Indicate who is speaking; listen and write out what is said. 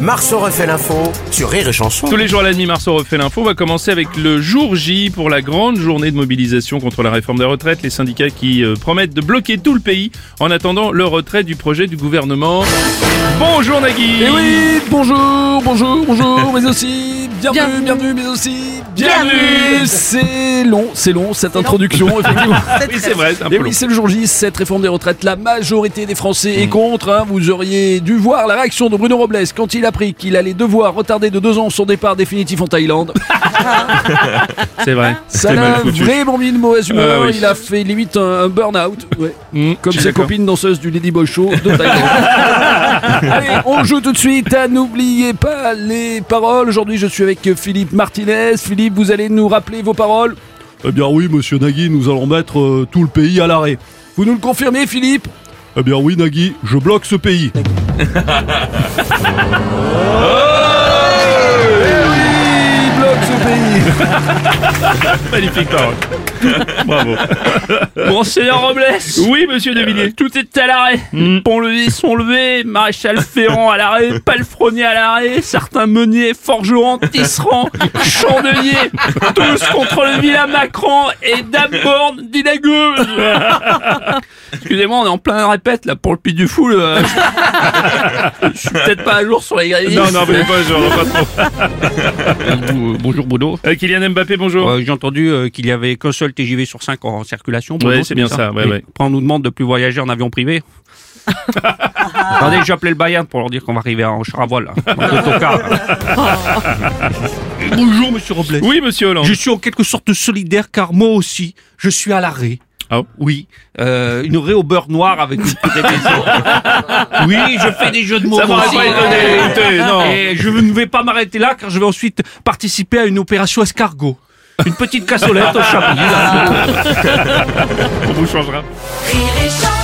Speaker 1: Marceau refait l'info sur Rire et Chanson.
Speaker 2: Tous les jours à la nuit, Marceau refait l'info. On va commencer avec le jour J pour la grande journée de mobilisation contre la réforme des retraites. Les syndicats qui euh, promettent de bloquer tout le pays en attendant le retrait du projet du gouvernement. Bonjour Nagui
Speaker 3: Et Eh oui, bonjour, bonjour, bonjour, mais aussi bienvenue, bienvenue, mais aussi bienvenue. C'est long, c'est long cette introduction, effectivement.
Speaker 2: Oui, c'est vrai, c'est un peu
Speaker 3: Et
Speaker 2: long.
Speaker 3: Eh oui, c'est le jour J, cette réforme des retraites, la majorité des Français
Speaker 2: Mm.
Speaker 3: est contre. hein. Vous auriez dû voir la réaction de Bruno Robles quand il apprit qu'il allait devoir retarder de deux ans son départ définitif en Thaïlande.
Speaker 2: C'est vrai.
Speaker 3: Ça
Speaker 2: C'est
Speaker 3: l'a
Speaker 2: mal foutu.
Speaker 3: vraiment mis de mauvaise humeur.
Speaker 2: Ah oui.
Speaker 3: Il a fait limite un, un burn-out, ouais.
Speaker 2: Mm,
Speaker 3: comme
Speaker 2: je suis
Speaker 3: ses
Speaker 2: d'accord.
Speaker 3: copines danseuses du Lady Boy Show de Thaïlande. Allez, on joue tout de suite. à N'oubliez pas les paroles. Aujourd'hui, je suis avec Philippe Martinez. Philippe, vous allez nous rappeler vos paroles
Speaker 4: Eh bien oui, monsieur Nagui, nous allons mettre euh, tout le pays à l'arrêt.
Speaker 3: Vous nous le confirmez, Philippe
Speaker 4: Eh bien oui, Nagui, je bloque ce pays. Eh
Speaker 3: Il Eh bloque ce pays.
Speaker 2: Magnifique parole. Bravo.
Speaker 5: Monseigneur Robles
Speaker 2: Oui, monsieur De Villiers.
Speaker 5: Tout est à l'arrêt. Pont-levis sont levés, maréchal Ferrand à l'arrêt, palefrenier à l'arrêt, certains meuniers, forgerons, tisserands, chandeliers, tous contre le vilain Macron et Dame Borne dit la gueule. Excusez-moi, on est en plein répète là pour le Puy du Foul. euh, je- je suis peut-être pas à jour sur les grévistes.
Speaker 2: Non, non, venez pas, genre, pas trop.
Speaker 6: Euh, Bonjour Bruno.
Speaker 2: Euh, Kylian Mbappé, bonjour.
Speaker 6: Euh, J'ai entendu euh, qu'il y avait qu'un seul TGV sur 5 en circulation. Bruno,
Speaker 2: Ouais, c'est bien ça, ouais,
Speaker 6: Et
Speaker 2: ouais.
Speaker 6: Après, on nous demande de plus voyager en avion privé. Attendez, j'ai appelé le Bayern pour leur dire qu'on va arriver en char à voile. là, dans le tocard, là. Bonjour Monsieur Robles.
Speaker 2: Oui, monsieur Hollande.
Speaker 6: Je suis en quelque sorte solidaire car moi aussi, je suis à l'arrêt.
Speaker 2: Ah.
Speaker 6: Oui, euh, une raie au beurre noir avec une petite maison. Oui, je fais des jeux de mots.
Speaker 2: Ça m'aurait
Speaker 6: aussi.
Speaker 2: pas étonné, écoutez, non.
Speaker 6: Et je ne vais pas m'arrêter là car je vais ensuite participer à une opération escargot. Une petite cassolette au chablis. là.
Speaker 2: On vous changera.
Speaker 7: Rire et chanson.